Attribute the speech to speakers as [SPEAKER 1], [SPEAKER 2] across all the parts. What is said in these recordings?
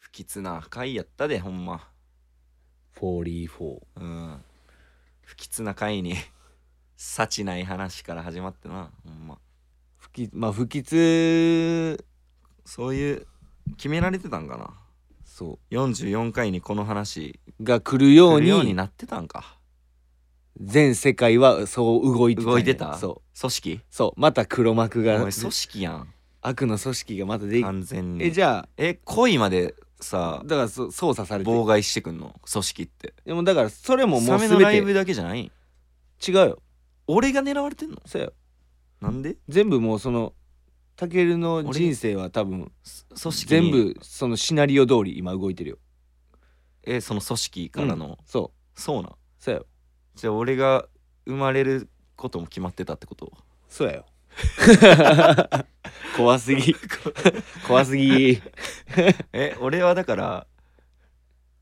[SPEAKER 1] 不吉な回やったでほんま
[SPEAKER 2] 44
[SPEAKER 1] うん不吉な回に 幸ない話から始まってなほんま
[SPEAKER 2] 不吉まあ不吉
[SPEAKER 1] そういう決められてたんかな
[SPEAKER 2] そ
[SPEAKER 1] 44回にこの話
[SPEAKER 2] うが来るよ
[SPEAKER 1] 来
[SPEAKER 2] う
[SPEAKER 1] る
[SPEAKER 2] に
[SPEAKER 1] ようになってたんか
[SPEAKER 2] 全世界はそう動いてたんや
[SPEAKER 1] 動いてた
[SPEAKER 2] そう
[SPEAKER 1] 組織
[SPEAKER 2] そうまた黒幕
[SPEAKER 1] お
[SPEAKER 2] が
[SPEAKER 1] 前組織やん
[SPEAKER 2] 悪の組織がまたでき
[SPEAKER 1] 完全に
[SPEAKER 2] えじゃ
[SPEAKER 1] え恋まで
[SPEAKER 2] あ
[SPEAKER 1] さ
[SPEAKER 2] だからそ操作されて
[SPEAKER 1] 妨害してくんの組織って
[SPEAKER 2] でもだからそれもも
[SPEAKER 1] サ
[SPEAKER 2] う
[SPEAKER 1] メ
[SPEAKER 2] 全
[SPEAKER 1] のライブ
[SPEAKER 2] て
[SPEAKER 1] だけじゃない
[SPEAKER 2] 違うよ
[SPEAKER 1] 俺が狙われてんの
[SPEAKER 2] そうやよ
[SPEAKER 1] なんで
[SPEAKER 2] 全部もうそのたけるの人生は多分
[SPEAKER 1] す組織に
[SPEAKER 2] 全部そのシナリオ通り今動いてるよ
[SPEAKER 1] えその組織からの、
[SPEAKER 2] そ
[SPEAKER 1] そうなん
[SPEAKER 2] うそうやよ
[SPEAKER 1] じゃあ俺が生まれることも決まってたってこと
[SPEAKER 2] そうやよ怖すぎ怖 すぎ
[SPEAKER 1] え俺はだから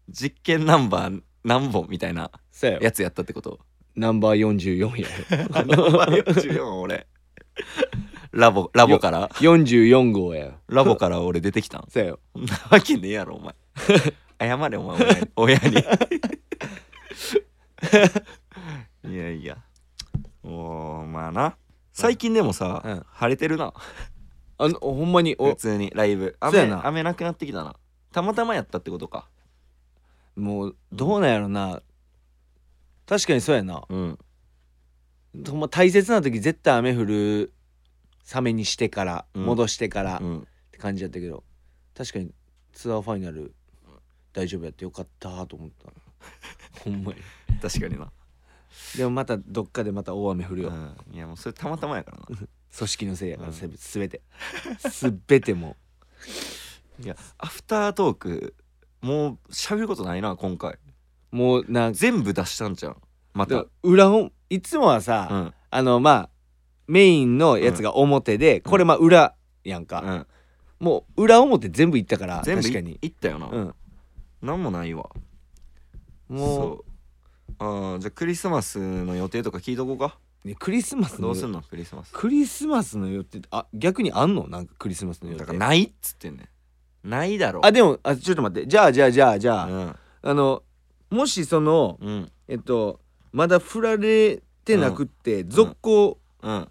[SPEAKER 1] 実験ナンバー何本みたいな
[SPEAKER 2] そうやよ
[SPEAKER 1] やつやったってこと
[SPEAKER 2] ナンバー44や
[SPEAKER 1] あナンバー44俺 ラボラボから
[SPEAKER 2] 44号やよ
[SPEAKER 1] ラボから俺出てきたん
[SPEAKER 2] そうやよ
[SPEAKER 1] そんなわけねえやろお前 謝れお前親に いやいやおーまあな最近でもさ、
[SPEAKER 2] うん
[SPEAKER 1] 晴れてるな
[SPEAKER 2] あのほんまに
[SPEAKER 1] 普
[SPEAKER 2] お
[SPEAKER 1] 通にライブ
[SPEAKER 2] そう
[SPEAKER 1] 雨
[SPEAKER 2] やな
[SPEAKER 1] 雨なくなってきたなたまたまやったってことか
[SPEAKER 2] もうどうなんやろな確かにそうやな
[SPEAKER 1] うん
[SPEAKER 2] ほんま大切な時絶対雨降るサメにしてから
[SPEAKER 1] うん
[SPEAKER 2] 戻してからっ
[SPEAKER 1] うん
[SPEAKER 2] て感じだったけど確かにツアーファイナル大丈夫やってよかったと思ったほんまに
[SPEAKER 1] 確かにな、
[SPEAKER 2] でもまたどっかでまた大雨降るよ
[SPEAKER 1] うん、いやもうそれたまたまやからな
[SPEAKER 2] 組織のせいやから
[SPEAKER 1] うん
[SPEAKER 2] すべすべてすべても
[SPEAKER 1] いやアフタートークもう喋ることないな今回
[SPEAKER 2] うもうなんか
[SPEAKER 1] 全部出したんじゃんま
[SPEAKER 2] だ
[SPEAKER 1] た
[SPEAKER 2] から裏本いつもはさ、
[SPEAKER 1] うん
[SPEAKER 2] あのまあメインのやつが表で、これまあ裏やんか、
[SPEAKER 1] うん
[SPEAKER 2] もう裏表全部いったから
[SPEAKER 1] 全部
[SPEAKER 2] 確か
[SPEAKER 1] い
[SPEAKER 2] に
[SPEAKER 1] いったよな、
[SPEAKER 2] うん
[SPEAKER 1] なんもないわ
[SPEAKER 2] もう
[SPEAKER 1] そうあーじゃあクリスマスの予定とか聞いとこうか
[SPEAKER 2] ねクリスマス
[SPEAKER 1] ど
[SPEAKER 2] の
[SPEAKER 1] うすんのクリスマス
[SPEAKER 2] クリスマスの予定ってあ逆にあんのなんかクリスマスの予
[SPEAKER 1] だ
[SPEAKER 2] 定
[SPEAKER 1] からないっつってんねんないだろ
[SPEAKER 2] あでもあちょっと待ってじゃあじゃあじゃあじゃあ、
[SPEAKER 1] うん
[SPEAKER 2] あのもしその
[SPEAKER 1] うん
[SPEAKER 2] えっとまだ振られてなくって、続行
[SPEAKER 1] うん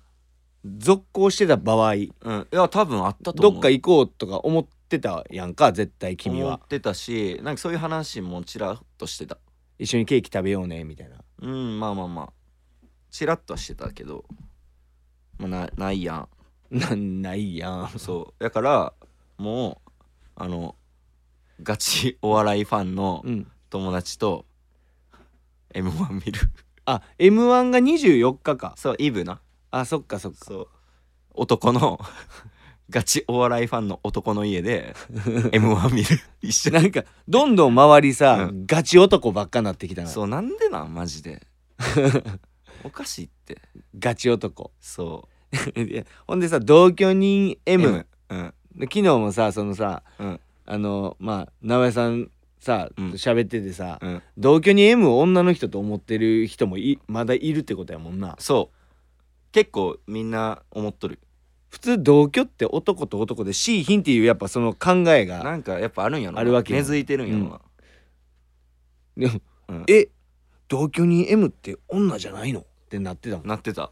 [SPEAKER 2] 続行してた場合
[SPEAKER 1] うんいや多分あったと思
[SPEAKER 2] ど
[SPEAKER 1] う
[SPEAKER 2] っか行こうとか思ってたやんか絶対君
[SPEAKER 1] 思
[SPEAKER 2] は
[SPEAKER 1] ってたしなんかそういう話もちらっとしてた
[SPEAKER 2] 一緒にケーキ食べようねみたいな
[SPEAKER 1] うんまあまあまあちらっとはしてたけど、まあ、なないやん
[SPEAKER 2] なんないやん
[SPEAKER 1] そうだからもうあのガチお笑いファンの
[SPEAKER 2] うん
[SPEAKER 1] 友達と m 1見る
[SPEAKER 2] あ m 1が24日か
[SPEAKER 1] そうイブな
[SPEAKER 2] あそっかそっか
[SPEAKER 1] そう男の ガチお笑いファンの男の家 で m 1見る一緒
[SPEAKER 2] な
[SPEAKER 1] に
[SPEAKER 2] んかどんどん周りさ、
[SPEAKER 1] う
[SPEAKER 2] ガチ男ばっかなってきたな
[SPEAKER 1] そうなんでなんマジ でおかしいって
[SPEAKER 2] ガチ男
[SPEAKER 1] そ
[SPEAKER 2] いやほんでさ同居人
[SPEAKER 1] う
[SPEAKER 2] M,
[SPEAKER 1] M うん
[SPEAKER 2] で昨日もさそのさ
[SPEAKER 1] うん
[SPEAKER 2] あのまあ直江さんさ
[SPEAKER 1] うん
[SPEAKER 2] 喋っててさ、
[SPEAKER 1] うん
[SPEAKER 2] 同居人 M を女の人と思ってる人もいまだいるってことやもんな
[SPEAKER 1] そう結構みんな思っとる
[SPEAKER 2] 普通同居って男と男で C 品っていうやっぱその考えが
[SPEAKER 1] なんかやっぱあるんやろな
[SPEAKER 2] あるわけよ
[SPEAKER 1] 根付いてるんやろな、
[SPEAKER 2] でも
[SPEAKER 1] うん
[SPEAKER 2] え同居人 M って女じゃないのってなってたもん
[SPEAKER 1] なってた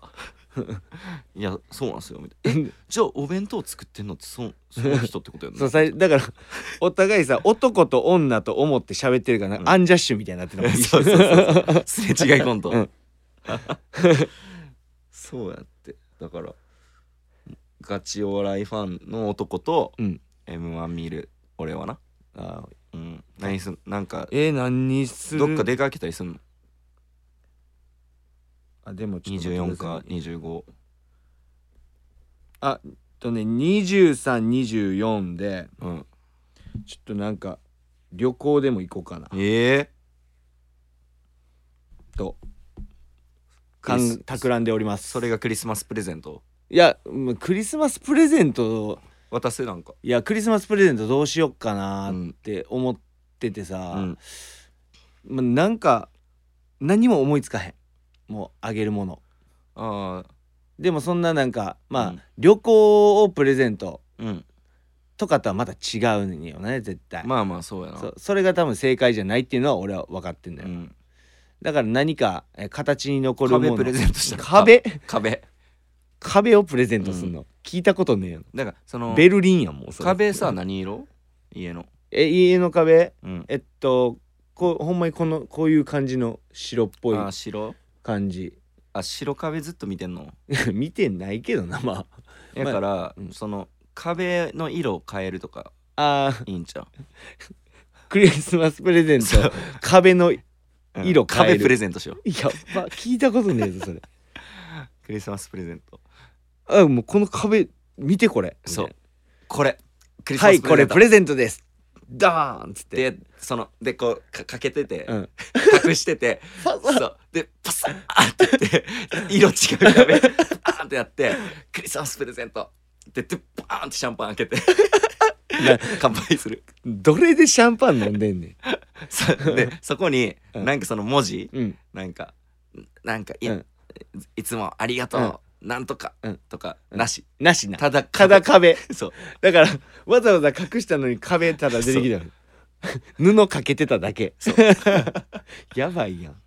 [SPEAKER 1] いやそうなんすよみたいなえじゃあお弁当作ってんのってそその人ってことやん
[SPEAKER 2] そう
[SPEAKER 1] な
[SPEAKER 2] さいだからお互いさ男と女と思って喋ってるからなんかアンジャッシュみたいになってたも ん
[SPEAKER 1] そうそうそうそうすれ違いコント、
[SPEAKER 2] うん
[SPEAKER 1] そうやってだからガチお笑いファンの男と
[SPEAKER 2] うん
[SPEAKER 1] m 1見る俺はな、
[SPEAKER 2] あ
[SPEAKER 1] う
[SPEAKER 2] ー
[SPEAKER 1] ん、何すんなんか
[SPEAKER 2] えー、何にする
[SPEAKER 1] どっか出かけたりすんの
[SPEAKER 2] あでもちょっと待っ
[SPEAKER 1] 24
[SPEAKER 2] てくださ
[SPEAKER 1] か
[SPEAKER 2] い
[SPEAKER 1] 25
[SPEAKER 2] とね2324で
[SPEAKER 1] うん
[SPEAKER 2] ちょっとなんか旅行でも行こうかな
[SPEAKER 1] ええ
[SPEAKER 2] と
[SPEAKER 1] ク
[SPEAKER 2] か
[SPEAKER 1] リ
[SPEAKER 2] ん
[SPEAKER 1] ス
[SPEAKER 2] 企んでおります
[SPEAKER 1] それがクリスマスプレゼント
[SPEAKER 2] いやうんクリスマスプレゼント
[SPEAKER 1] 渡せなんか
[SPEAKER 2] いやクリスマスプレゼントどうしよっかな
[SPEAKER 1] う
[SPEAKER 2] ーっ
[SPEAKER 1] ん
[SPEAKER 2] て思っててさ、
[SPEAKER 1] うん
[SPEAKER 2] ま、なんか何も思いつかへんもうあげるもの
[SPEAKER 1] ああ
[SPEAKER 2] でもそんななんかまあ、
[SPEAKER 1] うん
[SPEAKER 2] 旅行をプレゼント
[SPEAKER 1] うん
[SPEAKER 2] とかとはまた違うんよね絶対、
[SPEAKER 1] まあまあそうやな
[SPEAKER 2] そそれが多分正解じゃないっていうのは俺は分かってんだ
[SPEAKER 1] う
[SPEAKER 2] よ、
[SPEAKER 1] ん、
[SPEAKER 2] だから何かえ形に残るもの
[SPEAKER 1] 壁プレゼントしたら
[SPEAKER 2] 壁
[SPEAKER 1] 壁
[SPEAKER 2] 壁をプレゼントすんの、聞いたことねえよ
[SPEAKER 1] だからその
[SPEAKER 2] ベルリンやもんそれ
[SPEAKER 1] 壁さ何色家の
[SPEAKER 2] え家の壁
[SPEAKER 1] うん
[SPEAKER 2] えっとこうほんまにこのこういう感じの白っぽい
[SPEAKER 1] あ白
[SPEAKER 2] 感じ
[SPEAKER 1] あ白壁ずっと見てんの
[SPEAKER 2] 見てないけどなま
[SPEAKER 1] だから、
[SPEAKER 2] うん
[SPEAKER 1] その壁の色を変えるとか
[SPEAKER 2] ああー
[SPEAKER 1] いいんちゃう
[SPEAKER 2] クリスマスプレゼント
[SPEAKER 1] そう
[SPEAKER 2] 壁のや
[SPEAKER 1] うん
[SPEAKER 2] 色変える
[SPEAKER 1] 壁プレゼントしよう
[SPEAKER 2] っぱ聞いたことねえぞそれ
[SPEAKER 1] クリスマスプレゼント
[SPEAKER 2] あもうこの壁見てこれ
[SPEAKER 1] そうこれクリス
[SPEAKER 2] は
[SPEAKER 1] マ
[SPEAKER 2] い
[SPEAKER 1] ス
[SPEAKER 2] こ
[SPEAKER 1] プレゼ
[SPEAKER 2] れ
[SPEAKER 1] ント、
[SPEAKER 2] プレゼントですダーンっつって
[SPEAKER 1] でそのでこうかかけてて、
[SPEAKER 2] うん
[SPEAKER 1] 隠してて
[SPEAKER 2] ささ
[SPEAKER 1] そうでパサーってやって色違う 壁パーンってやってクリスマスプレゼントででバーンってシャンパン開けて
[SPEAKER 2] な
[SPEAKER 1] 乾杯する
[SPEAKER 2] どれでシャンパン飲んでんねん
[SPEAKER 1] そでそこに
[SPEAKER 2] うん
[SPEAKER 1] なんかその文字、
[SPEAKER 2] うん
[SPEAKER 1] なんかなんかい,、
[SPEAKER 2] うん
[SPEAKER 1] いつもありがとう、なんとか、
[SPEAKER 2] うん
[SPEAKER 1] とか、
[SPEAKER 2] うん
[SPEAKER 1] なした
[SPEAKER 2] なしな
[SPEAKER 1] ただ
[SPEAKER 2] ただ壁
[SPEAKER 1] そう
[SPEAKER 2] だからわざわざ隠したのに壁ただ出てきたの布かけてただけ やばいやん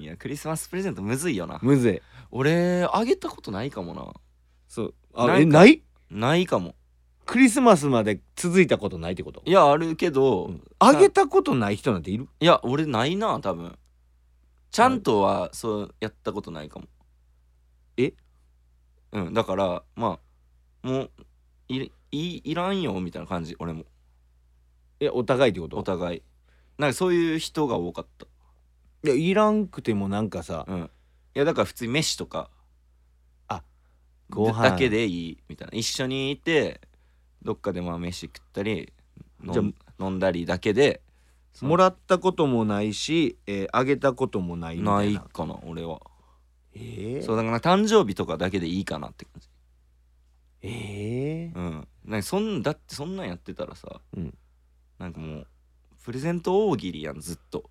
[SPEAKER 1] いやクリスマスプレゼントむずいよな
[SPEAKER 2] むずい
[SPEAKER 1] 俺あげたことないかも
[SPEAKER 2] そうあ
[SPEAKER 1] なんか
[SPEAKER 2] えない
[SPEAKER 1] なないかも
[SPEAKER 2] クリスマスまで続いたことないってこと
[SPEAKER 1] いやあるけど、
[SPEAKER 2] あげたことない人なんている
[SPEAKER 1] いや俺ないな多分ちゃんとはそうやったことないかも
[SPEAKER 2] え
[SPEAKER 1] うんだからまあもういいいらんよみたいな感じ俺も
[SPEAKER 2] えお互いってこ
[SPEAKER 1] お
[SPEAKER 2] と
[SPEAKER 1] 互いなんかそういう人が多かっ
[SPEAKER 2] いやいらんくてもなんかさ
[SPEAKER 1] たうんいやだから普通に飯とか
[SPEAKER 2] あご飯
[SPEAKER 1] だけでいいみたいな一緒にいてどっかでまあ飯食ったり飲ん飲んだりだけで
[SPEAKER 2] もらったこともないし、えーあげたこともないみ
[SPEAKER 1] な
[SPEAKER 2] たい
[SPEAKER 1] い
[SPEAKER 2] な
[SPEAKER 1] かな俺は
[SPEAKER 2] えー、
[SPEAKER 1] そうだから誕生日とかだけでいいかなって感じ
[SPEAKER 2] えー
[SPEAKER 1] うん、なんかそんだってそんなんやってたらさ、
[SPEAKER 2] うん
[SPEAKER 1] なんかもうプレゼント大喜利やんずっと、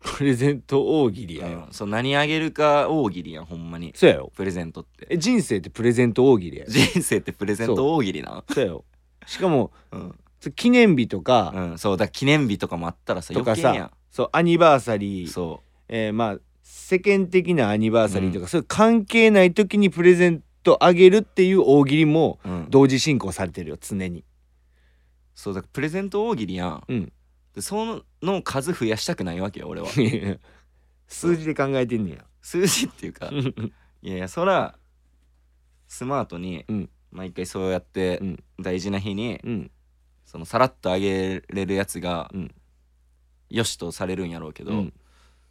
[SPEAKER 2] プレゼント大喜利やよ、
[SPEAKER 1] うんそう何あげるか大喜利やんほんまに
[SPEAKER 2] そうやよ
[SPEAKER 1] プレゼントって
[SPEAKER 2] え人生ってプレゼント大喜利やよ
[SPEAKER 1] 人生ってプレゼント大喜利な
[SPEAKER 2] そうやよしかも
[SPEAKER 1] う、ん
[SPEAKER 2] そう記念日とか、
[SPEAKER 1] うん、そうだ記念日とかもあったらさ
[SPEAKER 2] と
[SPEAKER 1] 余
[SPEAKER 2] か
[SPEAKER 1] 計
[SPEAKER 2] さ
[SPEAKER 1] や
[SPEAKER 2] そうアニバーサリ
[SPEAKER 1] ん
[SPEAKER 2] ー、
[SPEAKER 1] そ
[SPEAKER 2] えーまあ世間的なアニバーサリーとか、そういう関係ない時にプレゼントあげるっていう大喜利も
[SPEAKER 1] う、うん、
[SPEAKER 2] 同時進行されてるよ常に
[SPEAKER 1] そうだからプレゼント大喜利やん、
[SPEAKER 2] うん
[SPEAKER 1] でそのの数増やしたくないわけよ 俺は
[SPEAKER 2] 数字で考えてんね や
[SPEAKER 1] 数字っていうかいやいやそらスマートに
[SPEAKER 2] うん
[SPEAKER 1] 毎回そうやって
[SPEAKER 2] うん
[SPEAKER 1] 大事な日に、
[SPEAKER 2] うん
[SPEAKER 1] そのさらっとあげれるやつが、
[SPEAKER 2] うん
[SPEAKER 1] よしとされるんやろうけど、
[SPEAKER 2] うん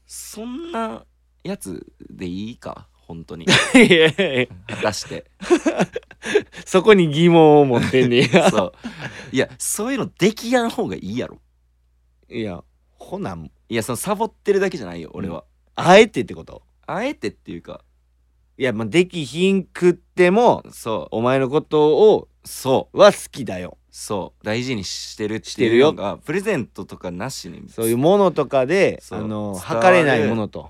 [SPEAKER 1] そんなやつでいいか本 当に
[SPEAKER 2] いやいやいや
[SPEAKER 1] 果たして
[SPEAKER 2] そこに疑問を持ってんねや
[SPEAKER 1] そういやそういうのできやん方がいいやろ
[SPEAKER 2] いやほなん
[SPEAKER 1] いやそのサボってるだけじゃないよ俺は、
[SPEAKER 2] あえてってこと
[SPEAKER 1] あえてっていうか
[SPEAKER 2] いやまあできひんくっても
[SPEAKER 1] そ
[SPEAKER 2] お前のことを
[SPEAKER 1] うそう
[SPEAKER 2] は好きだよ
[SPEAKER 1] そう大事にしてるっ
[SPEAKER 2] しててる
[SPEAKER 1] いう
[SPEAKER 2] よ
[SPEAKER 1] のがプレゼントとかなしに
[SPEAKER 2] そういうものとかで
[SPEAKER 1] そ
[SPEAKER 2] あ
[SPEAKER 1] う伝わ
[SPEAKER 2] の
[SPEAKER 1] る
[SPEAKER 2] 測れないものと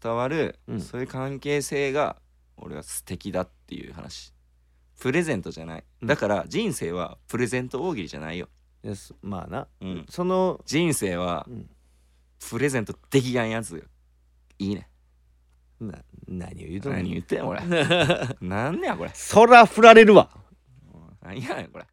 [SPEAKER 1] 伝わる、
[SPEAKER 2] うん
[SPEAKER 1] そういう関係性が俺は素敵だっていう話プレゼントじゃない、
[SPEAKER 2] うん
[SPEAKER 1] だから人生はプレゼント大喜利じゃないよ、
[SPEAKER 2] でそまあな、
[SPEAKER 1] うん
[SPEAKER 2] その、
[SPEAKER 1] 人生は
[SPEAKER 2] うん
[SPEAKER 1] プレゼントできやんやついいね
[SPEAKER 2] な何を言うとんの
[SPEAKER 1] 何言ってん俺 なんねやこれ
[SPEAKER 2] そら振られるわ
[SPEAKER 1] 何やねんこれ